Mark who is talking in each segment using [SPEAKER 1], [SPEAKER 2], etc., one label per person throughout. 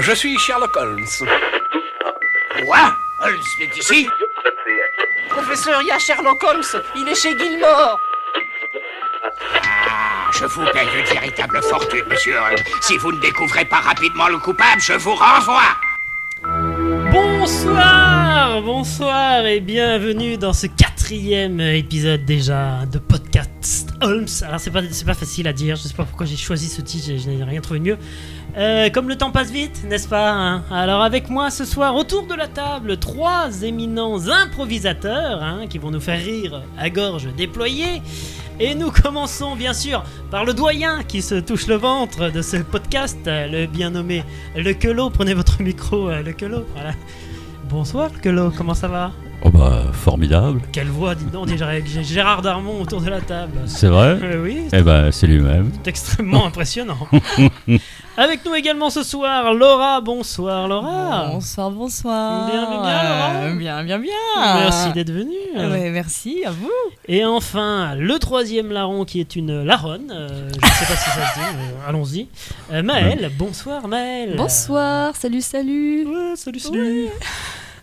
[SPEAKER 1] je suis Sherlock Holmes.
[SPEAKER 2] Quoi Holmes est ici
[SPEAKER 3] Professeur, il y a Sherlock Holmes. Il est chez Gilmore.
[SPEAKER 2] Ah, je vous paye une véritable fortune, monsieur Holmes. Si vous ne découvrez pas rapidement le coupable, je vous renvoie.
[SPEAKER 4] Bonsoir, bonsoir et bienvenue dans ce quatrième épisode déjà de podcast Holmes. Alors c'est pas, c'est pas facile à dire, je sais pas pourquoi j'ai choisi ce titre, je, je n'ai rien trouvé de mieux. Euh, comme le temps passe vite, n'est-ce pas hein Alors avec moi ce soir autour de la table, trois éminents improvisateurs hein, qui vont nous faire rire à gorge déployée. Et nous commençons bien sûr par le doyen qui se touche le ventre de ce podcast, euh, le bien nommé Le Quelo. Prenez votre micro, euh, Le Quelo. Voilà. Bonsoir, Le Quelo, comment ça va
[SPEAKER 5] Oh bah, formidable.
[SPEAKER 4] Quelle voix, dis donc, on dirait que j'ai Gérard Darmon autour de la table.
[SPEAKER 5] C'est vrai
[SPEAKER 4] Euh, oui,
[SPEAKER 5] Eh ben, c'est lui-même.
[SPEAKER 4] c'est extrêmement impressionnant. Avec nous également ce soir, Laura. Bonsoir, Laura.
[SPEAKER 6] Bonsoir, bonsoir.
[SPEAKER 4] Bien, bien, bien, Laurent.
[SPEAKER 6] Euh, Ah. bien, bien, bien.
[SPEAKER 4] Merci d'être venue.
[SPEAKER 6] Ah Ouais, merci à vous.
[SPEAKER 4] Et enfin, le troisième larron qui est une laronne. euh, je ne sais pas si ça se dit, mais allons-y. Euh, Maëlle, bonsoir
[SPEAKER 6] Euh.
[SPEAKER 4] Maëlle.
[SPEAKER 7] Bonsoir, salut, salut.
[SPEAKER 4] Ouais, salut, salut.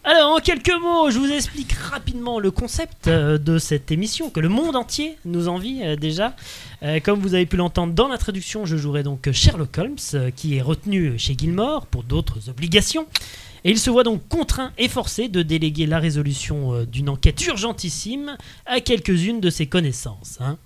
[SPEAKER 4] Alors, en quelques mots, je vous explique rapidement le concept euh, de cette émission que le monde entier nous envie euh, déjà. Euh, comme vous avez pu l'entendre dans la traduction, je jouerai donc Sherlock Holmes, euh, qui est retenu chez Gilmore pour d'autres obligations. Et il se voit donc contraint et forcé de déléguer la résolution euh, d'une enquête urgentissime à quelques-unes de ses connaissances. hein.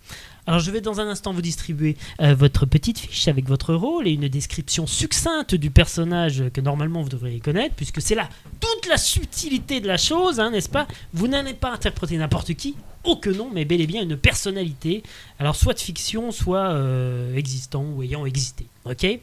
[SPEAKER 4] Alors je vais dans un instant vous distribuer euh, votre petite fiche avec votre rôle et une description succincte du personnage que normalement vous devriez connaître, puisque c'est là toute la subtilité de la chose, hein, n'est-ce pas Vous n'allez pas interpréter n'importe qui, oh que non, mais bel et bien une personnalité, alors soit de fiction, soit euh, existant ou ayant existé, ok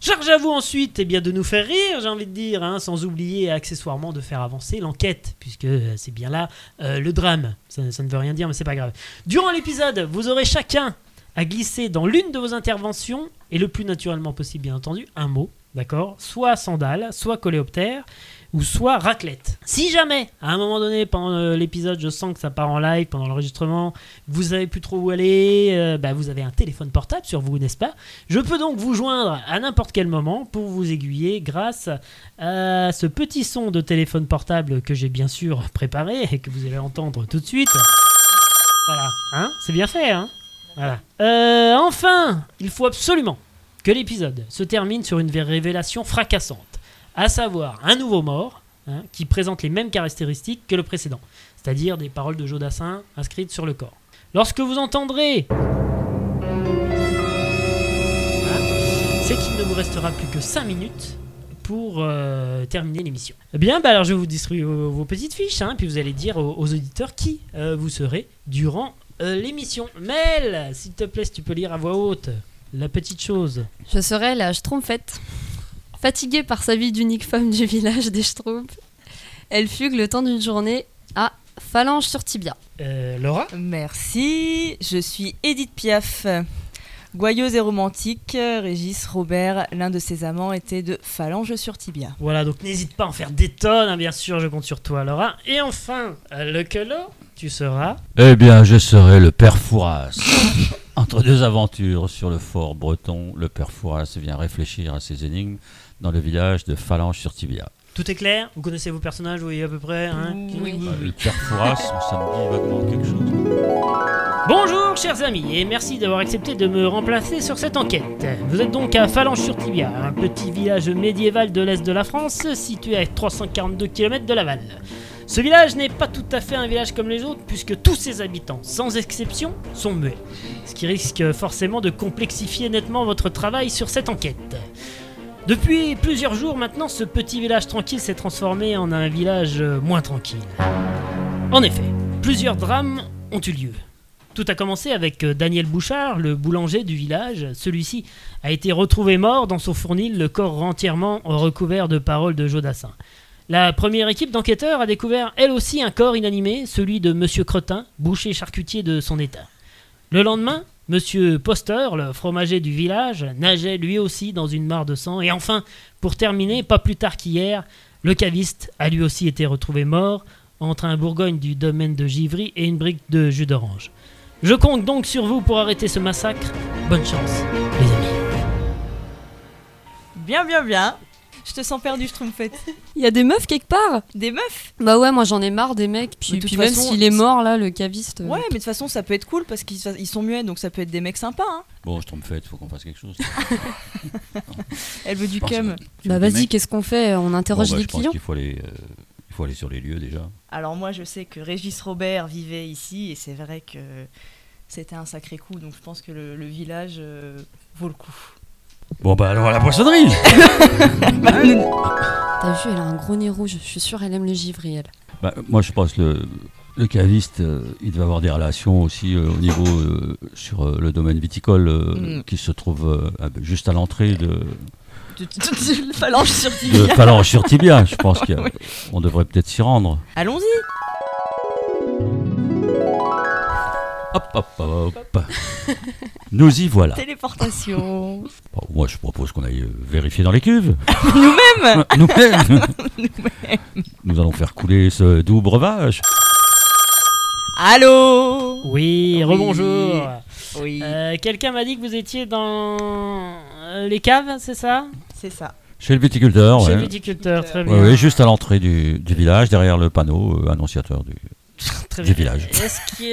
[SPEAKER 4] Charge à vous ensuite eh bien, de nous faire rire, j'ai envie de dire, hein, sans oublier accessoirement de faire avancer l'enquête, puisque euh, c'est bien là euh, le drame. Ça, ça ne veut rien dire, mais c'est pas grave. Durant l'épisode, vous aurez chacun à glisser dans l'une de vos interventions, et le plus naturellement possible, bien entendu, un mot, d'accord Soit sandales, soit coléoptère, ou soit raclette. Si jamais, à un moment donné, pendant euh, l'épisode, je sens que ça part en live, pendant l'enregistrement, vous savez plus trop où aller, euh, bah, vous avez un téléphone portable sur vous, n'est-ce pas Je peux donc vous joindre à n'importe quel moment pour vous aiguiller grâce à ce petit son de téléphone portable que j'ai bien sûr préparé et que vous allez entendre tout de suite. Voilà, hein C'est bien fait, hein Voilà. Euh, enfin, il faut absolument que l'épisode se termine sur une révélation fracassante, à savoir un nouveau mort hein, qui présente les mêmes caractéristiques que le précédent, c'est-à-dire des paroles de Jodassin inscrites sur le corps. Lorsque vous entendrez... Voilà, C'est qu'il ne vous restera plus que 5 minutes pour euh, terminer l'émission. Eh Bien, bah alors je vais vous distribuer vos, vos petites fiches, hein, puis vous allez dire aux, aux auditeurs qui euh, vous serez durant euh, l'émission. Mel, s'il te plaît, si tu peux lire à voix haute la petite chose.
[SPEAKER 7] Je serai la Schtroumpfette. Fatiguée par sa vie d'unique femme du village des Schtroumpfs, elle fugue le temps d'une journée à Phalange sur Tibia.
[SPEAKER 4] Euh, Laura
[SPEAKER 6] Merci. Je suis Edith Piaf. Gouailleuse et romantique, Régis Robert, l'un de ses amants, était de Phalange sur Tibia.
[SPEAKER 4] Voilà, donc n'hésite pas à en faire des tonnes, hein, bien sûr, je compte sur toi, Laura. Et enfin, euh, le Kelo, tu seras.
[SPEAKER 5] Eh bien, je serai le père Fouras. Entre deux aventures sur le fort breton, le père Fouras vient réfléchir à ses énigmes dans le village de Phalange-sur-Tibia.
[SPEAKER 4] Tout est clair Vous connaissez vos personnages, vous voyez à peu près hein
[SPEAKER 7] Oui.
[SPEAKER 5] Euh, Le père Fouras, ça me dit vaguement quelque chose.
[SPEAKER 4] Bonjour chers amis et merci d'avoir accepté de me remplacer sur cette enquête. Vous êtes donc à Phalange-sur-Tibia, un petit village médiéval de l'est de la France situé à 342 km de Laval. Ce village n'est pas tout à fait un village comme les autres puisque tous ses habitants, sans exception, sont muets, ce qui risque forcément de complexifier nettement votre travail sur cette enquête. Depuis plusieurs jours maintenant, ce petit village tranquille s'est transformé en un village euh, moins tranquille. En effet, plusieurs drames ont eu lieu. Tout a commencé avec euh, Daniel Bouchard, le boulanger du village. Celui-ci a été retrouvé mort dans son fournil, le corps entièrement recouvert de paroles de Jodassin. La première équipe d'enquêteurs a découvert elle aussi un corps inanimé, celui de Monsieur Cretin, boucher charcutier de son état. Le lendemain, Monsieur Poster, le fromager du village, nageait lui aussi dans une mare de sang. Et enfin, pour terminer, pas plus tard qu'hier, le caviste a lui aussi été retrouvé mort entre un bourgogne du domaine de Givry et une brique de jus d'orange. Je compte donc sur vous pour arrêter ce massacre. Bonne chance, les amis.
[SPEAKER 6] Bien, bien, bien. Je te sens perdu, Schtroumpfette.
[SPEAKER 7] Il y a des meufs quelque part
[SPEAKER 6] Des meufs
[SPEAKER 7] Bah ouais, moi j'en ai marre des mecs. Puis,
[SPEAKER 6] Mais de toute
[SPEAKER 7] puis même
[SPEAKER 6] façon,
[SPEAKER 7] s'il est mort là, le caviste. euh,
[SPEAKER 6] Ouais, mais de toute façon, ça peut être cool parce qu'ils se- ils sont muets, donc ça peut être des mecs sympas. hein.
[SPEAKER 5] Bon, je trompe fête, faut qu'on fasse quelque chose.
[SPEAKER 6] Elle veut du
[SPEAKER 5] Je pense-
[SPEAKER 6] cum.
[SPEAKER 5] tu
[SPEAKER 7] Bah
[SPEAKER 5] veux des
[SPEAKER 7] vas-y,
[SPEAKER 5] mecs
[SPEAKER 7] qu'est-ce qu'on fait On
[SPEAKER 5] Bon, bah,
[SPEAKER 7] interroge les
[SPEAKER 5] je pense
[SPEAKER 7] clients
[SPEAKER 5] qu'il faut aller, euh, il faut aller sur les lieux déjà.
[SPEAKER 6] Alors moi, je sais que Régis Robert vivait ici et c'est vrai que c'était un sacré coup, donc je pense que le, le village euh, vaut le coup.
[SPEAKER 5] Bon, bah
[SPEAKER 7] Ah.
[SPEAKER 5] alors à la poissonnerie Bah,
[SPEAKER 7] T'as vu, elle a un gros nez rouge. Je suis sûre, elle aime le givriel.
[SPEAKER 5] Bah, moi, je pense le le caviste, euh, il devait avoir des relations aussi euh, au niveau euh, sur euh, le domaine viticole euh,
[SPEAKER 6] Mm.
[SPEAKER 5] qui se trouve euh, à- juste à l'entrée de,
[SPEAKER 6] Tu- tu- tu- le phalange sur
[SPEAKER 5] de
[SPEAKER 6] Tibia.
[SPEAKER 5] Phalange sur Tibia. Je pense qu'on devrait peut-être s'y rendre.
[SPEAKER 6] Allons-y.
[SPEAKER 5] Hop, hop, hop. Nous y voilà.
[SPEAKER 6] Téléportation.
[SPEAKER 5] Bon, moi, je propose qu'on aille euh, vérifier dans les cuves.
[SPEAKER 6] Nous-mêmes.
[SPEAKER 5] Nous-mêmes. Nous allons faire couler ce doux breuvage.
[SPEAKER 6] Allô.
[SPEAKER 4] Oui,
[SPEAKER 6] Oui.
[SPEAKER 4] rebonjour.
[SPEAKER 6] Oui,
[SPEAKER 4] Euh, Quelqu'un m'a dit que vous étiez dans euh, les caves, c'est ça
[SPEAKER 6] c'est ça.
[SPEAKER 5] Chez le viticulteur,
[SPEAKER 4] Chez le
[SPEAKER 5] Ah ouais.
[SPEAKER 4] viticulteur, très
[SPEAKER 6] Ouais,
[SPEAKER 5] Oui,
[SPEAKER 4] bien.
[SPEAKER 5] oui, juste à l'entrée du, du village, derrière le panneau euh, annonciateur du,
[SPEAKER 4] Très
[SPEAKER 5] du
[SPEAKER 4] bien.
[SPEAKER 5] village.
[SPEAKER 4] Est-ce qu'il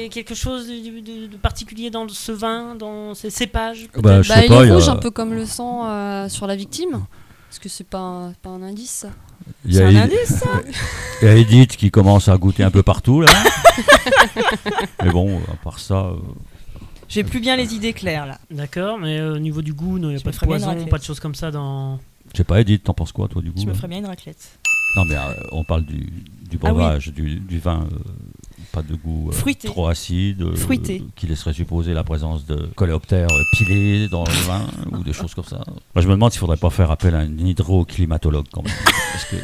[SPEAKER 4] y a quelque chose de, de- de particulier dans ce vin, dans ces cépages
[SPEAKER 5] Bah, je
[SPEAKER 7] bah,
[SPEAKER 5] sais
[SPEAKER 7] il
[SPEAKER 5] pas,
[SPEAKER 7] est
[SPEAKER 5] il y a-
[SPEAKER 7] rouge un peu comme le sang euh, sur la victime. Parce que c'est pas, un- pas un indice. ça.
[SPEAKER 5] il y
[SPEAKER 6] C'est
[SPEAKER 5] a
[SPEAKER 6] un
[SPEAKER 5] Ed-
[SPEAKER 6] indice. ça.
[SPEAKER 5] il y a Edith qui commence à goûter un peu partout, là. Mais bon, à part ça, euh,
[SPEAKER 6] J'ai plus bien les idées claires là.
[SPEAKER 4] D'accord, mais euh, au niveau du goût, non, il n'y a
[SPEAKER 6] Je
[SPEAKER 4] pas
[SPEAKER 6] me
[SPEAKER 4] de
[SPEAKER 6] ferais bien une
[SPEAKER 4] poison,
[SPEAKER 6] raclette.
[SPEAKER 4] pas de choses comme ça dans.
[SPEAKER 5] je sais pas, Edith, t'en penses quoi, toi, du coup
[SPEAKER 6] Je me
[SPEAKER 5] là
[SPEAKER 6] ferais bien une raclette.
[SPEAKER 5] Non, mais euh, on parle du, du
[SPEAKER 6] Ah oui.
[SPEAKER 5] breuvage, du, du vin, euh, pas de goût euh,
[SPEAKER 6] Fruité.
[SPEAKER 5] trop acide, euh,
[SPEAKER 6] Fruité.
[SPEAKER 5] qui laisserait supposer la présence de coléoptères euh, pilés dans le vin ou des choses comme ça. Moi, je me demande s'il faudrait pas faire appel à un hydroclimatologue quand même. parce que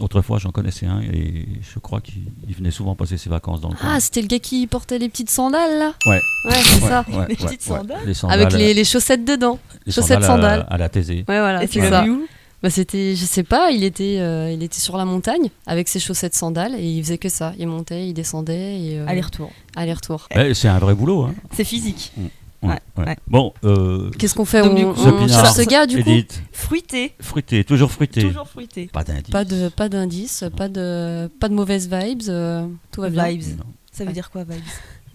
[SPEAKER 5] autrefois, j'en connaissais un et je crois qu'il il venait souvent passer ses vacances dans le coin.
[SPEAKER 7] Ah, c'était le gars qui portait les petites sandales là
[SPEAKER 5] Ouais.
[SPEAKER 7] Ouais, c'est
[SPEAKER 5] Ouais,
[SPEAKER 7] ça.
[SPEAKER 5] ouais,
[SPEAKER 6] Les
[SPEAKER 5] ouais,
[SPEAKER 6] petites
[SPEAKER 5] ouais.
[SPEAKER 6] sandales
[SPEAKER 5] Les
[SPEAKER 7] Avec les,
[SPEAKER 5] les,
[SPEAKER 7] les chaussettes dedans. chaussettes
[SPEAKER 5] sandales,
[SPEAKER 7] sandales.
[SPEAKER 5] À, à la Thésée.
[SPEAKER 7] Ouais, voilà,
[SPEAKER 6] Et tu
[SPEAKER 7] c'est
[SPEAKER 6] l'as
[SPEAKER 7] ça.
[SPEAKER 6] vu où
[SPEAKER 7] Bah, c'était, je sais pas, il était, euh, il était sur la montagne avec ses chaussettes sandales et il faisait que ça. Il montait, il descendait et. euh,
[SPEAKER 6] Aller-retour.
[SPEAKER 7] aller-retour.
[SPEAKER 5] Ouais, c'est un vrai boulot. Hein.
[SPEAKER 6] C'est physique.
[SPEAKER 5] Ouais,
[SPEAKER 6] Ouais,
[SPEAKER 5] ouais.
[SPEAKER 6] ouais.
[SPEAKER 5] Bon, euh,
[SPEAKER 7] Qu'est-ce qu'on fait
[SPEAKER 6] Donc, du
[SPEAKER 7] On,
[SPEAKER 6] coup,
[SPEAKER 7] on
[SPEAKER 5] ce pinard,
[SPEAKER 7] cherche ce gars Ah, du coup
[SPEAKER 5] Edith,
[SPEAKER 6] Fruité.
[SPEAKER 5] fruité, toujours fruité.
[SPEAKER 6] Toujours fruité.
[SPEAKER 5] Pas d'indice.
[SPEAKER 7] Pas de, pas d'indice, pas de, pas de mauvaises vibes, euh, tout va bien.
[SPEAKER 6] Vibes.
[SPEAKER 5] Non.
[SPEAKER 6] Ça veut
[SPEAKER 7] Ouais.
[SPEAKER 6] dire quoi, vibes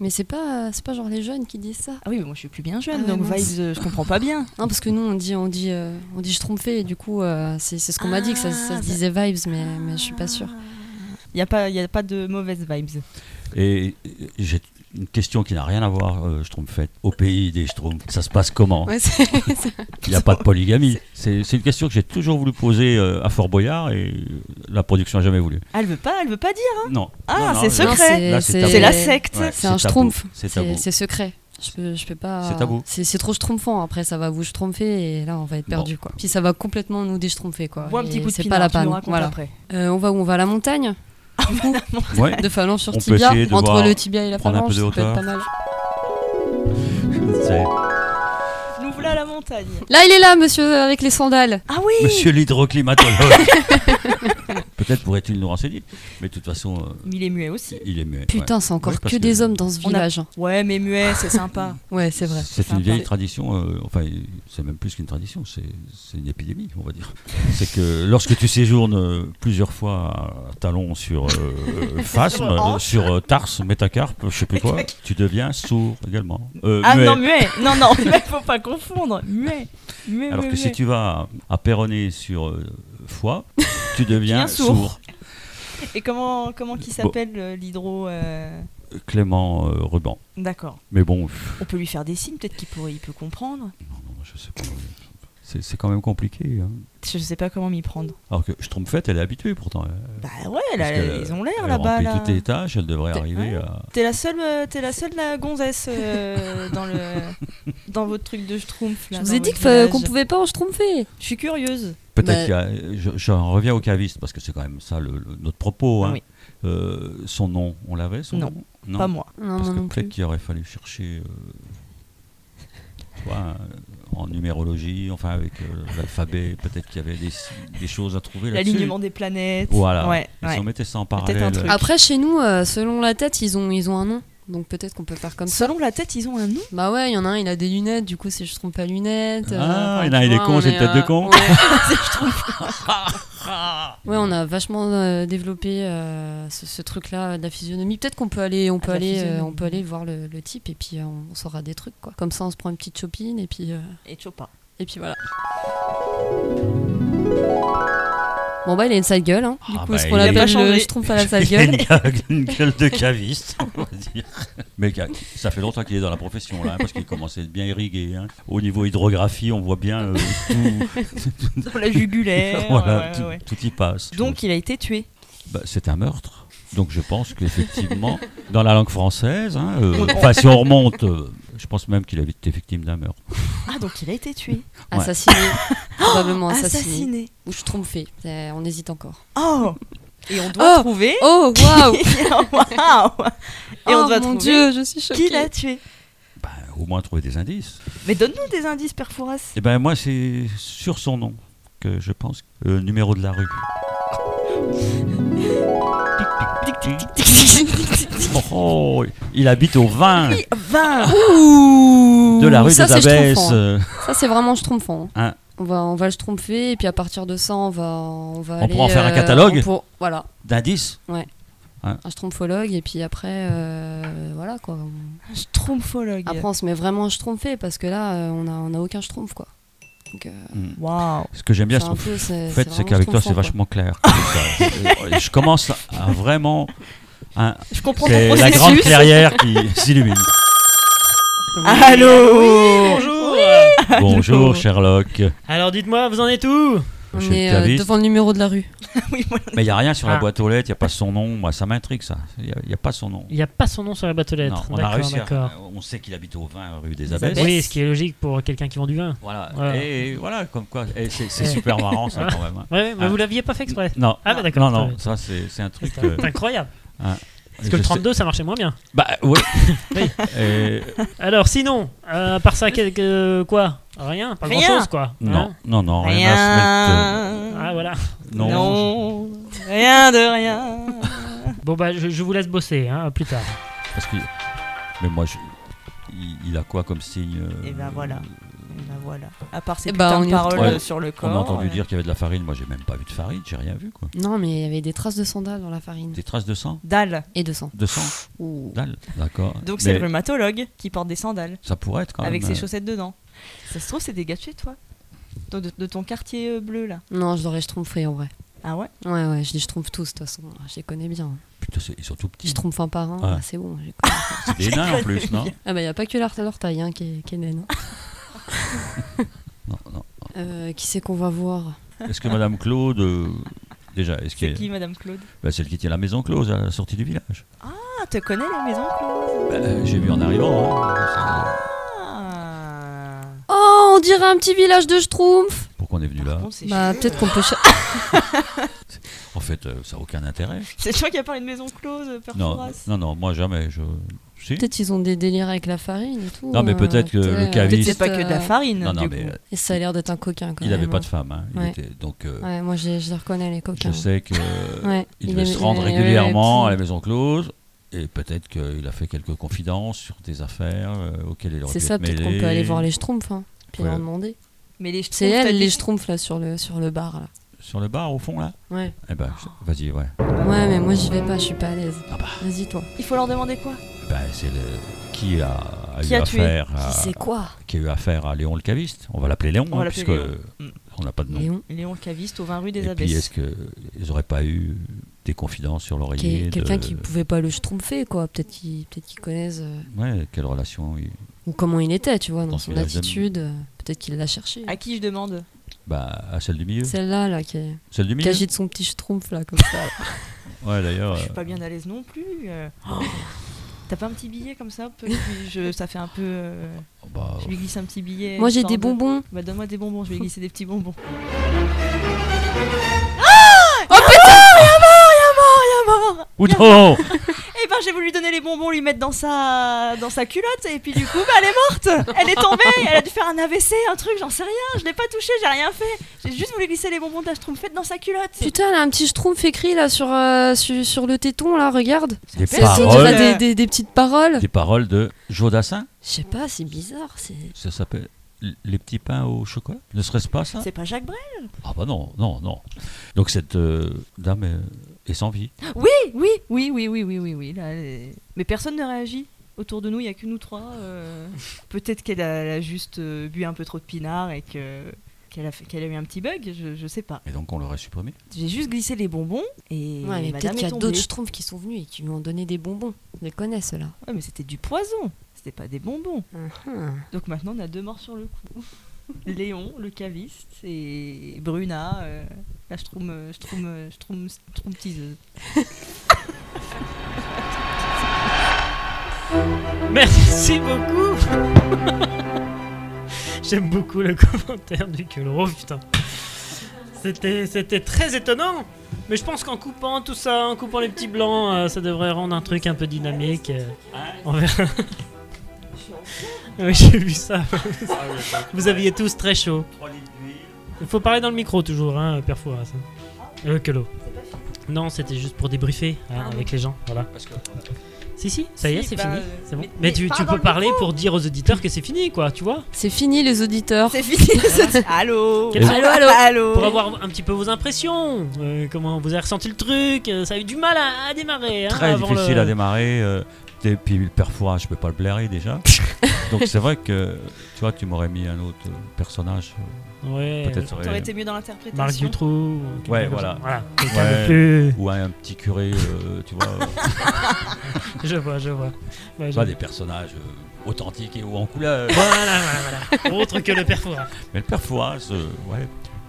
[SPEAKER 7] Mais c'est pas, c'est pas genre les jeunes qui disent ça.
[SPEAKER 6] Ah oui, mais moi je suis plus bien jeune,
[SPEAKER 7] Ah ouais,
[SPEAKER 6] donc
[SPEAKER 7] mince.
[SPEAKER 6] vibes, euh, je comprends pas bien.
[SPEAKER 7] Non, parce que nous on dit, on dit, euh, on dit je trompais. Et du coup, euh, c'est, c'est ce qu'on m'a dit que ça, ça
[SPEAKER 6] Ah,
[SPEAKER 7] se disait vibes, mais, Euh, mais je suis pas sûre.
[SPEAKER 6] Il n'y a, pas- y a pas de mauvaises vibes.
[SPEAKER 5] Et euh, j'ai une question qui n'a rien à voir, euh, Schtroumpfette. Au pays des Schtroumpfs, ça se passe comment
[SPEAKER 7] Ouais, c'est-
[SPEAKER 5] Il n'y a pas de polygamie. C'est c'est une question que j'ai toujours voulu poser euh, à Fort Boyard et euh, la production n'a jamais voulu.
[SPEAKER 6] Elle veut pas, elle veut pas dire.
[SPEAKER 5] Non.
[SPEAKER 6] Ah,
[SPEAKER 5] Non, non,
[SPEAKER 6] c'est
[SPEAKER 5] je-
[SPEAKER 6] secret.
[SPEAKER 5] Là, c'est tabou.
[SPEAKER 6] C'est la secte.
[SPEAKER 5] Ouais,
[SPEAKER 7] C'est un
[SPEAKER 5] tabou.
[SPEAKER 7] schtroumpf.
[SPEAKER 5] C'est
[SPEAKER 7] C'est,
[SPEAKER 5] tabou.
[SPEAKER 7] c'est secret. Je peux, je peux pas.
[SPEAKER 5] C'est tabou.
[SPEAKER 7] C'est, c'est trop schtroumpfant. Après, ça va vous schtroumpfer et là, on va être
[SPEAKER 5] Bon.
[SPEAKER 7] perdu quoi. Puis ça va complètement nous déchtroumpfer quoi.
[SPEAKER 6] Bois un petit
[SPEAKER 7] Et
[SPEAKER 6] coup de
[SPEAKER 7] c'est
[SPEAKER 6] pinard,
[SPEAKER 7] pas la
[SPEAKER 6] tu nous
[SPEAKER 7] panne.
[SPEAKER 6] racontes
[SPEAKER 7] Voilà.
[SPEAKER 6] après.
[SPEAKER 7] Euh, on va où On va à la montagne. Du coup,
[SPEAKER 5] Ouais.
[SPEAKER 7] de phalange
[SPEAKER 5] On
[SPEAKER 7] sur
[SPEAKER 5] peut
[SPEAKER 7] tibia,
[SPEAKER 5] essayer de
[SPEAKER 7] entre
[SPEAKER 5] voir-
[SPEAKER 7] le tibia et la
[SPEAKER 5] prendre un peu
[SPEAKER 7] phalange,
[SPEAKER 5] de
[SPEAKER 7] ça peut être
[SPEAKER 5] hauteur.
[SPEAKER 7] pas mal.
[SPEAKER 5] C'est-
[SPEAKER 6] Nous voilà à la montagne.
[SPEAKER 7] Là, il est là, monsieur, avec les sandales.
[SPEAKER 6] Ah oui
[SPEAKER 5] Monsieur l'hydroclimatologue. Peut-être pourrait-il nous renseigner. Mais de toute façon, euh,
[SPEAKER 6] Mais il est muet aussi.
[SPEAKER 5] il est muet.
[SPEAKER 7] Putain, c'est encore
[SPEAKER 5] Ouais,
[SPEAKER 7] que,
[SPEAKER 5] parce que-
[SPEAKER 7] des hommes dans ce
[SPEAKER 6] On a-
[SPEAKER 7] village. hein.
[SPEAKER 6] Ouais, mais muet, c'est sympa.
[SPEAKER 7] Ouais, c'est vrai.
[SPEAKER 5] C'est une
[SPEAKER 6] Sympa.
[SPEAKER 5] vieille tradition, euh, enfin c'est même plus qu'une tradition, c'est c'est une épidémie, on va dire. C'est que lorsque tu séjournes euh, plusieurs fois à Talon sur euh, Phasme, euh, sur euh, Tarse, Métacarpe, je sais plus quoi, tu deviens sourd également. Euh,
[SPEAKER 6] Ah
[SPEAKER 5] muet.
[SPEAKER 6] non, muet Non, non, mais faut pas confondre. Muet. Muet,
[SPEAKER 5] Alors
[SPEAKER 6] muet,
[SPEAKER 5] que si
[SPEAKER 6] muet.
[SPEAKER 5] tu vas à Péronnet sur euh, Foix, tu deviens
[SPEAKER 6] Bien sourd.
[SPEAKER 5] sourd.
[SPEAKER 6] Et comment, comment qui s'appelle euh, l'hydro euh,
[SPEAKER 5] Clément euh, Ruban.
[SPEAKER 6] D'accord.
[SPEAKER 5] Mais bon, pff,
[SPEAKER 6] On peut lui faire des signes, peut-être qu'il pourrait, il peut comprendre.
[SPEAKER 5] Non, je sais pas. C'est, c'est quand même compliqué. hein.
[SPEAKER 6] Je sais pas comment m'y prendre.
[SPEAKER 5] Alors que Schtroumpfette, elle est habituée pourtant. Elle,
[SPEAKER 6] Bah ouais, là,
[SPEAKER 5] Euh, Parce que euh,
[SPEAKER 6] ils ont l'air
[SPEAKER 5] elle
[SPEAKER 6] là-bas.
[SPEAKER 5] remplit
[SPEAKER 6] Là.
[SPEAKER 5] toutes les tâches, elle devrait arriver à.
[SPEAKER 6] T'es la seule, euh, t'es la seule la gonzesse euh, dans le dans votre truc de schtroumpf. là,
[SPEAKER 7] Je vous
[SPEAKER 6] dans
[SPEAKER 7] ai dit
[SPEAKER 6] votre
[SPEAKER 7] que fa-
[SPEAKER 6] village.
[SPEAKER 7] qu'on pouvait pas en schtroumpfer.
[SPEAKER 6] Je suis curieuse.
[SPEAKER 5] Peut-être
[SPEAKER 7] Bah-
[SPEAKER 5] qu'il y a- je- J'en reviens au caviste, parce que c'est quand même ça le- le- notre propos. hein.
[SPEAKER 6] Oui.
[SPEAKER 5] Euh, son nom, on l'avait son
[SPEAKER 6] Non.
[SPEAKER 5] nom
[SPEAKER 6] Pas moi.
[SPEAKER 7] Non,
[SPEAKER 5] Parce
[SPEAKER 7] non,
[SPEAKER 5] que
[SPEAKER 7] non
[SPEAKER 5] peut-être
[SPEAKER 7] plus.
[SPEAKER 5] qu'il aurait fallu chercher. euh, tu vois, euh, en numérologie, enfin avec euh, l'alphabet, peut-être qu'il y avait des, des choses à trouver là-dessus.
[SPEAKER 6] L'alignement des planètes.
[SPEAKER 5] Voilà.
[SPEAKER 6] Ouais,
[SPEAKER 5] Et
[SPEAKER 6] ouais.
[SPEAKER 5] Si on mettait ça en
[SPEAKER 6] Peut-être un
[SPEAKER 5] parallèle.
[SPEAKER 6] truc.
[SPEAKER 7] Après, chez nous, euh, selon la tête, ils ont, ils ont un nom. Donc peut-être qu'on peut faire comme ça.
[SPEAKER 6] Selon la tête, ils ont un nom.
[SPEAKER 7] Bah ouais, il y en a un, il a des lunettes, du coup, c'est je trompe pas lunettes. euh,
[SPEAKER 5] Ah,
[SPEAKER 7] enfin,
[SPEAKER 5] il y en a un,
[SPEAKER 7] tu
[SPEAKER 5] il est
[SPEAKER 7] vois,
[SPEAKER 5] con,
[SPEAKER 7] on
[SPEAKER 5] j'ai une
[SPEAKER 7] est,
[SPEAKER 5] tête de
[SPEAKER 7] euh,
[SPEAKER 5] con.
[SPEAKER 7] on est- c'est, je trompe. ouais, on a vachement euh, développé euh, ce, ce truc-là euh, de la physionomie. Peut-être qu'on peut aller, on
[SPEAKER 6] Ah,
[SPEAKER 7] peut
[SPEAKER 6] la
[SPEAKER 7] aller, euh,
[SPEAKER 6] physionomie.
[SPEAKER 7] on peut aller voir le, le type et puis euh, on, on saura des trucs quoi. Comme ça, on se prend une petite chopine et puis euh,
[SPEAKER 6] Et Chopin.
[SPEAKER 7] et puis voilà. Bon bah il a une sale gueule, hein. du
[SPEAKER 5] Ah,
[SPEAKER 7] coup
[SPEAKER 5] bah,
[SPEAKER 7] ce qu'on
[SPEAKER 5] il a
[SPEAKER 7] appelle
[SPEAKER 5] pas
[SPEAKER 7] le
[SPEAKER 6] changé.
[SPEAKER 7] je trompe pas la sale
[SPEAKER 5] Il a
[SPEAKER 7] gueule.
[SPEAKER 5] une gueule, une gueule de caviste, on va dire. Mais ca- ça fait longtemps qu'il est dans la profession, là, hein, parce qu'il commence à être bien irrigué. hein. Au niveau hydrographie, on voit bien euh, tout,
[SPEAKER 6] Dans la jugulaire.
[SPEAKER 5] voilà,
[SPEAKER 6] ouais,
[SPEAKER 5] tout,
[SPEAKER 6] ouais.
[SPEAKER 5] tout y passe.
[SPEAKER 6] Donc il a été tué.
[SPEAKER 5] Bah, c'est un meurtre. Donc je pense qu'effectivement, dans la langue française, hein, euh, enfin si on remonte, euh, je pense même qu'il a été victime d'un meurtre.
[SPEAKER 6] Ah, donc il a été tué.
[SPEAKER 5] Ouais.
[SPEAKER 7] Assassiné, probablement assassiné.
[SPEAKER 6] Assassiné.
[SPEAKER 7] Ou je trompe fait, C'est- on hésite encore.
[SPEAKER 6] Oh Et on doit
[SPEAKER 7] Oh
[SPEAKER 6] trouver.
[SPEAKER 7] Oh waouh
[SPEAKER 6] Waouh Et on
[SPEAKER 7] Oh,
[SPEAKER 6] doit
[SPEAKER 7] mon
[SPEAKER 6] trouver
[SPEAKER 7] dieu, je suis
[SPEAKER 6] qui
[SPEAKER 7] choquée.
[SPEAKER 6] l'a tué.
[SPEAKER 5] Bah, au moins trouver des indices.
[SPEAKER 6] Mais donne-nous des indices, Perforas.
[SPEAKER 5] Et ben moi c'est sur son nom que je pense. Euh, numéro de la rue. Tic, tic, tic, tic, tic. Oh, oh, il habite au 20
[SPEAKER 6] 20
[SPEAKER 5] de la rue
[SPEAKER 7] ça,
[SPEAKER 5] des
[SPEAKER 7] c'est
[SPEAKER 5] Abbesses.
[SPEAKER 7] Schtroumpf, hein.
[SPEAKER 5] euh,
[SPEAKER 7] Ça c'est vraiment je trompe hein.
[SPEAKER 5] Hein.
[SPEAKER 7] On va on va le tromper et puis à partir de ça on va on va
[SPEAKER 5] On
[SPEAKER 7] aller,
[SPEAKER 5] pourra en faire un
[SPEAKER 7] euh,
[SPEAKER 5] catalogue.
[SPEAKER 7] on pour- voilà,
[SPEAKER 5] D'indices.
[SPEAKER 7] un schtroumpfologue et puis après euh, voilà quoi.
[SPEAKER 6] Ah,
[SPEAKER 7] On-
[SPEAKER 6] Schtroumpfologue.
[SPEAKER 7] Après on se met vraiment schtroumpfé parce que là euh, on a on a aucun schtroumpf quoi. Donc euh,
[SPEAKER 6] Waouh
[SPEAKER 5] Ce que j'aime bien,
[SPEAKER 7] c'est
[SPEAKER 5] c'est
[SPEAKER 7] un peu c'est
[SPEAKER 5] En fait, c'est
[SPEAKER 7] vraiment
[SPEAKER 5] qu'avec toi, c'est
[SPEAKER 7] schtroumpfant,
[SPEAKER 5] vachement clair. C'est ça. je commence à vraiment. à-
[SPEAKER 6] Je comprends ton
[SPEAKER 5] c'est la
[SPEAKER 6] processus.
[SPEAKER 5] grande clairière qui s'illumine.
[SPEAKER 6] Allô
[SPEAKER 4] Bonjour
[SPEAKER 5] Bonjour, Sherlock.
[SPEAKER 4] Alors dites-moi, vous en êtes où
[SPEAKER 7] quoi.
[SPEAKER 5] Chez
[SPEAKER 7] On
[SPEAKER 5] le
[SPEAKER 7] est euh,
[SPEAKER 5] caviste.
[SPEAKER 7] devant le numéro de la rue.
[SPEAKER 6] Oui, voilà.
[SPEAKER 5] Mais il n'y a rien sur la
[SPEAKER 4] Ah.
[SPEAKER 5] boîte aux lettres, il n'y a pas son nom. Moi, ça m'intrigue, ça. Il n'y a, pas son nom.
[SPEAKER 4] Il n'y a pas son nom sur la boîte aux lettres.
[SPEAKER 5] Non, on Bah, a
[SPEAKER 4] D'accord,
[SPEAKER 5] réussi. à-
[SPEAKER 4] d'accord.
[SPEAKER 5] on sait qu'il habite au 20 rue des
[SPEAKER 6] Des
[SPEAKER 5] Abbesses.
[SPEAKER 6] Abbesses.
[SPEAKER 4] Oui, ce qui est logique pour quelqu'un qui vend du vin.
[SPEAKER 5] Voilà.
[SPEAKER 4] Voilà.
[SPEAKER 5] Et voilà, comme quoi. Et c'est c'est
[SPEAKER 4] Ouais.
[SPEAKER 5] super marrant, ça, quand même. hein.
[SPEAKER 4] Ouais, ouais, mais
[SPEAKER 5] Ah.
[SPEAKER 4] vous l'aviez pas fait exprès.
[SPEAKER 5] Non.
[SPEAKER 4] Ah, bah, d'accord,
[SPEAKER 5] Non,
[SPEAKER 4] très
[SPEAKER 5] non,
[SPEAKER 4] bien.
[SPEAKER 5] ça, c'est c'est un truc.
[SPEAKER 4] C'est
[SPEAKER 5] euh,
[SPEAKER 4] incroyable. Parce
[SPEAKER 5] je
[SPEAKER 4] que le
[SPEAKER 5] sais-
[SPEAKER 4] 32, ça marchait moins bien.
[SPEAKER 5] Bah, oui.
[SPEAKER 4] Oui.
[SPEAKER 5] Et-
[SPEAKER 4] Alors sinon, euh, à part ça, quel- que- quoi Rien, pas
[SPEAKER 6] Rien.
[SPEAKER 4] grand-chose quoi.
[SPEAKER 5] Non,
[SPEAKER 4] Hein
[SPEAKER 5] non, non, rien, à se mettre,
[SPEAKER 4] ah
[SPEAKER 6] Rien.
[SPEAKER 4] voilà.
[SPEAKER 5] euh, non.
[SPEAKER 6] Non. Rien de rien.
[SPEAKER 4] Bon bah je, je vous laisse bosser, hein, à plus tard.
[SPEAKER 5] Parce que. Mais moi, je- il, il a quoi comme signe euh,
[SPEAKER 6] Et ben voilà. Et ben voilà. À part ces
[SPEAKER 7] Eh ben,
[SPEAKER 6] putains
[SPEAKER 7] on
[SPEAKER 6] de
[SPEAKER 7] y
[SPEAKER 6] paroles
[SPEAKER 5] retourne.
[SPEAKER 6] euh, sur le
[SPEAKER 5] On
[SPEAKER 6] corps.
[SPEAKER 5] a entendu
[SPEAKER 6] euh,
[SPEAKER 5] dire qu'il y avait de la farine. Moi, j'ai même pas vu de farine, j'ai rien vu quoi.
[SPEAKER 7] Non mais il y avait des traces de sandales dans la farine
[SPEAKER 5] Des traces de sang
[SPEAKER 6] Dalle.
[SPEAKER 7] et de sang.
[SPEAKER 5] De sang
[SPEAKER 7] Ouh.
[SPEAKER 5] Dalle D'accord.
[SPEAKER 6] Donc
[SPEAKER 5] Mais
[SPEAKER 6] c'est le rhumatologue qui porte des sandales
[SPEAKER 5] Ça pourrait être quand même.
[SPEAKER 6] avec ses
[SPEAKER 5] euh,
[SPEAKER 6] chaussettes dedans. Ça se trouve, c'est des gars de chez toi. De, de- de ton quartier euh, bleu là.
[SPEAKER 7] Non, je l'aurais schtroumpfé en vrai.
[SPEAKER 6] Ah ouais
[SPEAKER 7] Ouais ouais, je les schtroumpfe tous de toute façon, je les connais bien.
[SPEAKER 5] hein. Putain, c'est- ils sont tout
[SPEAKER 7] Je
[SPEAKER 5] petits.
[SPEAKER 7] trompe un par un,
[SPEAKER 5] Mm. Ouais.
[SPEAKER 7] ah, c'est bon. j'ai-
[SPEAKER 5] C'est des nains en plus, non
[SPEAKER 7] Ah bah y a pas que l'art à leur taille hein, qui est, qui est naine, hein.
[SPEAKER 5] Non, non.
[SPEAKER 7] Euh, qui c'est qu'on va voir
[SPEAKER 5] Est-ce que Madame Claude. euh, Déjà, est-ce
[SPEAKER 6] C'est
[SPEAKER 5] qu'elle.
[SPEAKER 6] qui, Madame Claude
[SPEAKER 5] Bah, celle qui tient la maison close à la sortie du village.
[SPEAKER 6] Ah, te connais la maison Claude
[SPEAKER 5] Bah, euh, j'ai vu en arrivant. Hein.
[SPEAKER 6] Ah.
[SPEAKER 7] Oh, on dirait un petit village de Schtroumpf
[SPEAKER 5] Pourquoi on est venu là
[SPEAKER 6] Bon, c'est
[SPEAKER 7] Bah peut-être qu'on peut... ch-
[SPEAKER 5] En fait, euh, ça n'a aucun intérêt.
[SPEAKER 6] chiant. C'est toi qui a parlé de maison Claude,
[SPEAKER 5] Non,
[SPEAKER 6] Perforas. Ah,
[SPEAKER 5] non, non, moi jamais. Je... Si
[SPEAKER 7] Peut-être ils ont des délires avec la farine et tout.
[SPEAKER 5] Non, mais
[SPEAKER 7] euh,
[SPEAKER 5] peut-être que le
[SPEAKER 7] euh,
[SPEAKER 5] caviste-
[SPEAKER 6] C'est
[SPEAKER 7] peut-être,
[SPEAKER 6] pas que de la
[SPEAKER 7] euh,
[SPEAKER 6] farine.
[SPEAKER 5] Non, non,
[SPEAKER 6] du
[SPEAKER 5] mais
[SPEAKER 6] coup.
[SPEAKER 5] euh,
[SPEAKER 7] Et ça a l'air d'être un coquin quand
[SPEAKER 5] il
[SPEAKER 7] même.
[SPEAKER 5] n'avait pas
[SPEAKER 7] hein.
[SPEAKER 5] de femme. hein. Il
[SPEAKER 7] Ouais.
[SPEAKER 5] était- Donc. euh,
[SPEAKER 7] Ouais, moi j'ai- je les reconnais les
[SPEAKER 5] Je
[SPEAKER 7] coquins.
[SPEAKER 5] sais que
[SPEAKER 7] Ouais,
[SPEAKER 5] il,
[SPEAKER 7] il
[SPEAKER 5] devait
[SPEAKER 7] aimait-
[SPEAKER 5] se rendre
[SPEAKER 7] il aimait
[SPEAKER 5] régulièrement
[SPEAKER 7] les
[SPEAKER 5] à la
[SPEAKER 7] petits.
[SPEAKER 5] maison close et peut-être qu'il a fait quelques confidences sur des affaires euh, auxquelles il aurait
[SPEAKER 7] C'est
[SPEAKER 5] pu
[SPEAKER 7] ça,
[SPEAKER 5] être
[SPEAKER 7] peut-être
[SPEAKER 5] mêlé.
[SPEAKER 7] qu'on peut aller voir les Schtroumpfs, hein, puis
[SPEAKER 5] Ouais.
[SPEAKER 7] leur demander.
[SPEAKER 6] Mais les
[SPEAKER 7] C'est
[SPEAKER 6] Schtroumpfs, t'as
[SPEAKER 7] elle,
[SPEAKER 6] dit-
[SPEAKER 7] les Schtroumpfs, là, sur le, sur le bar, là.
[SPEAKER 5] sur le bar au fond là.
[SPEAKER 7] Ouais.
[SPEAKER 5] Eh ben vas-y ouais.
[SPEAKER 6] Ah bah.
[SPEAKER 7] Ouais, mais moi j'y vais pas, je suis pas à l'aise.
[SPEAKER 5] Ah bah,
[SPEAKER 7] Vas-y, toi.
[SPEAKER 6] Il faut leur demander quoi
[SPEAKER 5] eh ben, c'est le qui a, a
[SPEAKER 6] Qui
[SPEAKER 5] eu
[SPEAKER 6] a tué
[SPEAKER 5] affaire à,
[SPEAKER 7] Qui c'est quoi
[SPEAKER 5] qui a eu affaire à Léon le caviste. On va l'appeler Léon
[SPEAKER 6] On va
[SPEAKER 5] hein,
[SPEAKER 6] l'appeler
[SPEAKER 5] puisque
[SPEAKER 6] Léon. Mm.
[SPEAKER 5] on n'a pas de nom.
[SPEAKER 7] Léon
[SPEAKER 6] Léon Caviste au 20 rue des
[SPEAKER 5] et puis est-ce
[SPEAKER 6] Abbesses.
[SPEAKER 5] qu'ils n'auraient pas eu des confidences sur l'oreiller
[SPEAKER 7] Quel- Quelqu'un
[SPEAKER 5] de-
[SPEAKER 7] qui pouvait pas le schtroumpfer, quoi. Peut-être qu'ils peut qu'ils connaissent... euh,
[SPEAKER 5] Ouais, quelle relation il-
[SPEAKER 7] ou comment il était, tu vois, dans
[SPEAKER 5] Dans ce
[SPEAKER 7] son
[SPEAKER 5] village
[SPEAKER 7] attitude. euh, Peut-être qu'il l'a cherché.
[SPEAKER 6] À qui je demande
[SPEAKER 5] bah, à celle du milieu.
[SPEAKER 7] Celle-là, là, qui, est-
[SPEAKER 5] Celle du
[SPEAKER 7] qui
[SPEAKER 5] milieu.
[SPEAKER 7] agite son petit schtroumpf, là, comme ça.
[SPEAKER 5] Ouais d'ailleurs.
[SPEAKER 6] Je suis
[SPEAKER 5] euh,
[SPEAKER 6] pas bien à l'aise non plus. euh. T'as pas un petit billet comme ça un peu Puis je- Ça fait un peu. euh,
[SPEAKER 5] bah,
[SPEAKER 6] Je lui glisse un petit billet.
[SPEAKER 7] Moi, j'ai
[SPEAKER 6] histoire
[SPEAKER 7] des
[SPEAKER 6] de-
[SPEAKER 7] bonbons.
[SPEAKER 6] Bah donne-moi des bonbons, je vais glisser des petits bonbons.
[SPEAKER 7] Ah Oh,
[SPEAKER 5] Outre
[SPEAKER 6] Eh ben j'ai voulu lui donner les bonbons, lui mettre dans sa, dans sa culotte, et puis du coup, bah, elle est morte Elle est tombée, elle a dû faire un AVC, un truc, j'en sais rien, je l'ai pas touché, j'ai rien fait. J'ai juste voulu glisser les bonbons de la Schtroumpfette dans sa culotte.
[SPEAKER 7] Putain, elle a un petit schtroumpf écrit là sur, euh, sur, sur le téton, là, regarde.
[SPEAKER 5] Des
[SPEAKER 7] C'est le signe, il a
[SPEAKER 5] paroles,
[SPEAKER 7] des, des- des petites paroles.
[SPEAKER 5] des paroles de Jodassin.
[SPEAKER 7] Je sais pas, c'est bizarre. C'est...
[SPEAKER 5] Ça s'appelle Les petits pains au chocolat. Ne serait-ce pas ça
[SPEAKER 6] C'est pas Jacques Brel
[SPEAKER 5] Ah bah non, non, non. Donc cette euh, dame euh, est sans vie.
[SPEAKER 6] Oui, oui, oui, oui, oui, oui, oui. là, elle est- Mais personne ne réagit. Autour de nous, il y a que nous trois. euh, Peut-être qu'elle a, elle a juste euh, bu un peu trop de pinard et que qu'elle a, fait- qu'elle a eu un petit bug, je, je sais pas.
[SPEAKER 5] Et donc on l'aurait supprimée.
[SPEAKER 6] J'ai juste glissé les bonbons et
[SPEAKER 7] Ouais, mais peut-être
[SPEAKER 6] madame
[SPEAKER 7] qu'il y
[SPEAKER 6] est
[SPEAKER 7] a
[SPEAKER 6] tombée.
[SPEAKER 7] d'autres schtroumpfs qui sont venus et qui lui ont donné des bonbons. Je les connais, ceux-là.
[SPEAKER 6] Ouais, mais c'était du poison, c'était pas des bonbons.
[SPEAKER 7] Hum.
[SPEAKER 6] Donc maintenant, on a deux morts sur le coup. Léon, le caviste, et Bruna, euh, la schtroumpf, euh, schtroumpf, euh, schtroumpf, schtroumpftiseuse.
[SPEAKER 4] Merci beaucoup. J'aime beaucoup le commentaire du Kulro, putain. C'était, c'était très étonnant. Mais je pense qu'en coupant tout ça, en coupant les petits blancs, euh, ça devrait rendre un truc un peu dynamique. euh, on verra. Oui, j'ai vu ça. Vous aviez tous très chaud. Il faut parler dans le micro toujours, hein, Père Fouras. hein. Euh, Kulo. Non, c'était juste pour débriefer
[SPEAKER 6] Ah,
[SPEAKER 4] hein, avec les gens. Voilà. Si, si, ça y est,
[SPEAKER 6] Si,
[SPEAKER 4] c'est
[SPEAKER 6] bah,
[SPEAKER 4] fini.
[SPEAKER 6] euh,
[SPEAKER 4] C'est bon. Mais,
[SPEAKER 6] mais- mais
[SPEAKER 4] tu,
[SPEAKER 6] pas
[SPEAKER 4] tu
[SPEAKER 6] dans
[SPEAKER 4] peux
[SPEAKER 6] le
[SPEAKER 4] parler pour dire aux auditeurs que c'est fini, quoi, tu vois
[SPEAKER 7] C'est fini, les auditeurs.
[SPEAKER 6] C'est fini. c'est- allô.
[SPEAKER 4] Quel-
[SPEAKER 7] Allô, allô.
[SPEAKER 6] Allô.
[SPEAKER 4] Pour avoir un petit peu vos impressions, euh, comment vous avez ressenti le truc, euh, ça a eu du mal à, à démarrer. hein,
[SPEAKER 5] Très
[SPEAKER 4] avant
[SPEAKER 5] difficile
[SPEAKER 4] le-
[SPEAKER 5] à démarrer. euh, et puis le perforat, je peux pas le blairer déjà. Donc c'est vrai que tu vois, tu m'aurais mis un autre euh, personnage. euh,
[SPEAKER 4] Ouais,
[SPEAKER 5] Peut-être ça aurait-
[SPEAKER 6] T'aurais été mieux dans
[SPEAKER 4] euh, Marc
[SPEAKER 6] l'interprétation.
[SPEAKER 4] Dutroux. ou quelqu'un
[SPEAKER 5] Ouais,
[SPEAKER 4] comme
[SPEAKER 5] voilà.
[SPEAKER 4] ça. quelqu'un de
[SPEAKER 5] Ouais.
[SPEAKER 4] plus.
[SPEAKER 5] Ou un petit curé, euh, tu vois. euh,
[SPEAKER 4] Je vois, je vois. Ouais, je-
[SPEAKER 5] tu vois, des personnages euh, authentiques et ou en couleur.
[SPEAKER 4] Voilà, voilà, voilà. Autre que le perforat.
[SPEAKER 5] Mais le perforat, ouais.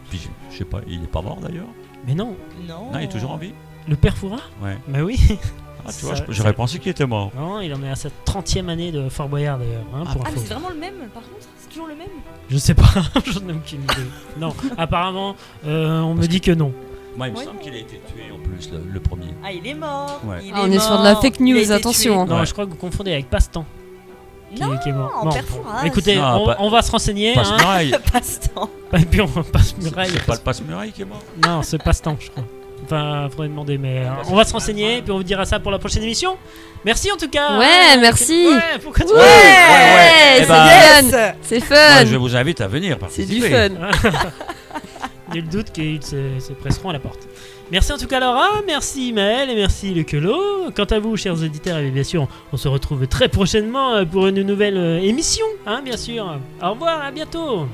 [SPEAKER 5] Puis je- je sais pas, il est pas mort d'ailleurs.
[SPEAKER 4] Mais non,
[SPEAKER 6] Non.
[SPEAKER 5] Non, il est toujours en vie.
[SPEAKER 4] le perforat
[SPEAKER 5] Ouais.
[SPEAKER 4] Bah oui.
[SPEAKER 5] Ah, tu vois,
[SPEAKER 4] Ça-
[SPEAKER 5] je- j'aurais pensé qu'il était mort.
[SPEAKER 4] Non, il en est à sa 30e année de Fort Boyard d'ailleurs. hein,
[SPEAKER 5] Ah,
[SPEAKER 4] pour
[SPEAKER 6] Ah, mais
[SPEAKER 4] info.
[SPEAKER 6] c'est vraiment le même, par contre C'est toujours le même
[SPEAKER 4] Je sais pas, j'en ai aucune idée. Non, apparemment, euh, on me dit que non.
[SPEAKER 5] Moi, il me
[SPEAKER 6] Ouais.
[SPEAKER 5] semble qu'il a été tué en plus, le, le premier.
[SPEAKER 6] Ah, il est mort.
[SPEAKER 5] Ouais.
[SPEAKER 6] il
[SPEAKER 7] Ah,
[SPEAKER 6] est
[SPEAKER 7] on est sur de la
[SPEAKER 6] mort,
[SPEAKER 7] fake
[SPEAKER 6] il a
[SPEAKER 7] news,
[SPEAKER 6] été
[SPEAKER 7] attention. hein.
[SPEAKER 6] tué.
[SPEAKER 4] Non,
[SPEAKER 5] Ouais.
[SPEAKER 4] je crois que vous confondez avec Passe-temps. Qui,
[SPEAKER 6] Non,
[SPEAKER 4] qui est mort.
[SPEAKER 6] en
[SPEAKER 4] Bon.
[SPEAKER 6] perforage.
[SPEAKER 4] Écoutez,
[SPEAKER 5] Ah,
[SPEAKER 4] on,
[SPEAKER 5] pas-
[SPEAKER 4] on va se renseigner. hein.
[SPEAKER 5] Passe-muraille
[SPEAKER 6] Passe-temps.
[SPEAKER 4] Et puis on passe muraille.
[SPEAKER 5] C'est pas le passe-muraille qui est mort
[SPEAKER 4] Non, c'est passe-temps, je crois. Enfin, faudrait demander, mais euh, on va se renseigner, puis on vous dira ça pour la prochaine émission. Merci en tout cas. Euh,
[SPEAKER 7] Ouais, merci.
[SPEAKER 4] Ouais, pourquoi tu-
[SPEAKER 5] ouais. Eh
[SPEAKER 7] c'est
[SPEAKER 5] ben,
[SPEAKER 7] fun.
[SPEAKER 6] Yes
[SPEAKER 7] C'est
[SPEAKER 4] Euh,
[SPEAKER 5] Moi,
[SPEAKER 7] fun.
[SPEAKER 5] Je vous invite à venir
[SPEAKER 7] C'est
[SPEAKER 5] participer.
[SPEAKER 7] du fun.
[SPEAKER 4] Nul doute qu'ils se, se presseront à la porte. Merci en tout cas Laura, merci Maël et merci Lucolo. Quant à vous, chers auditeurs, et bien sûr, on se retrouve très prochainement euh, pour une nouvelle euh, émission, hein, bien sûr. Au revoir, à bientôt.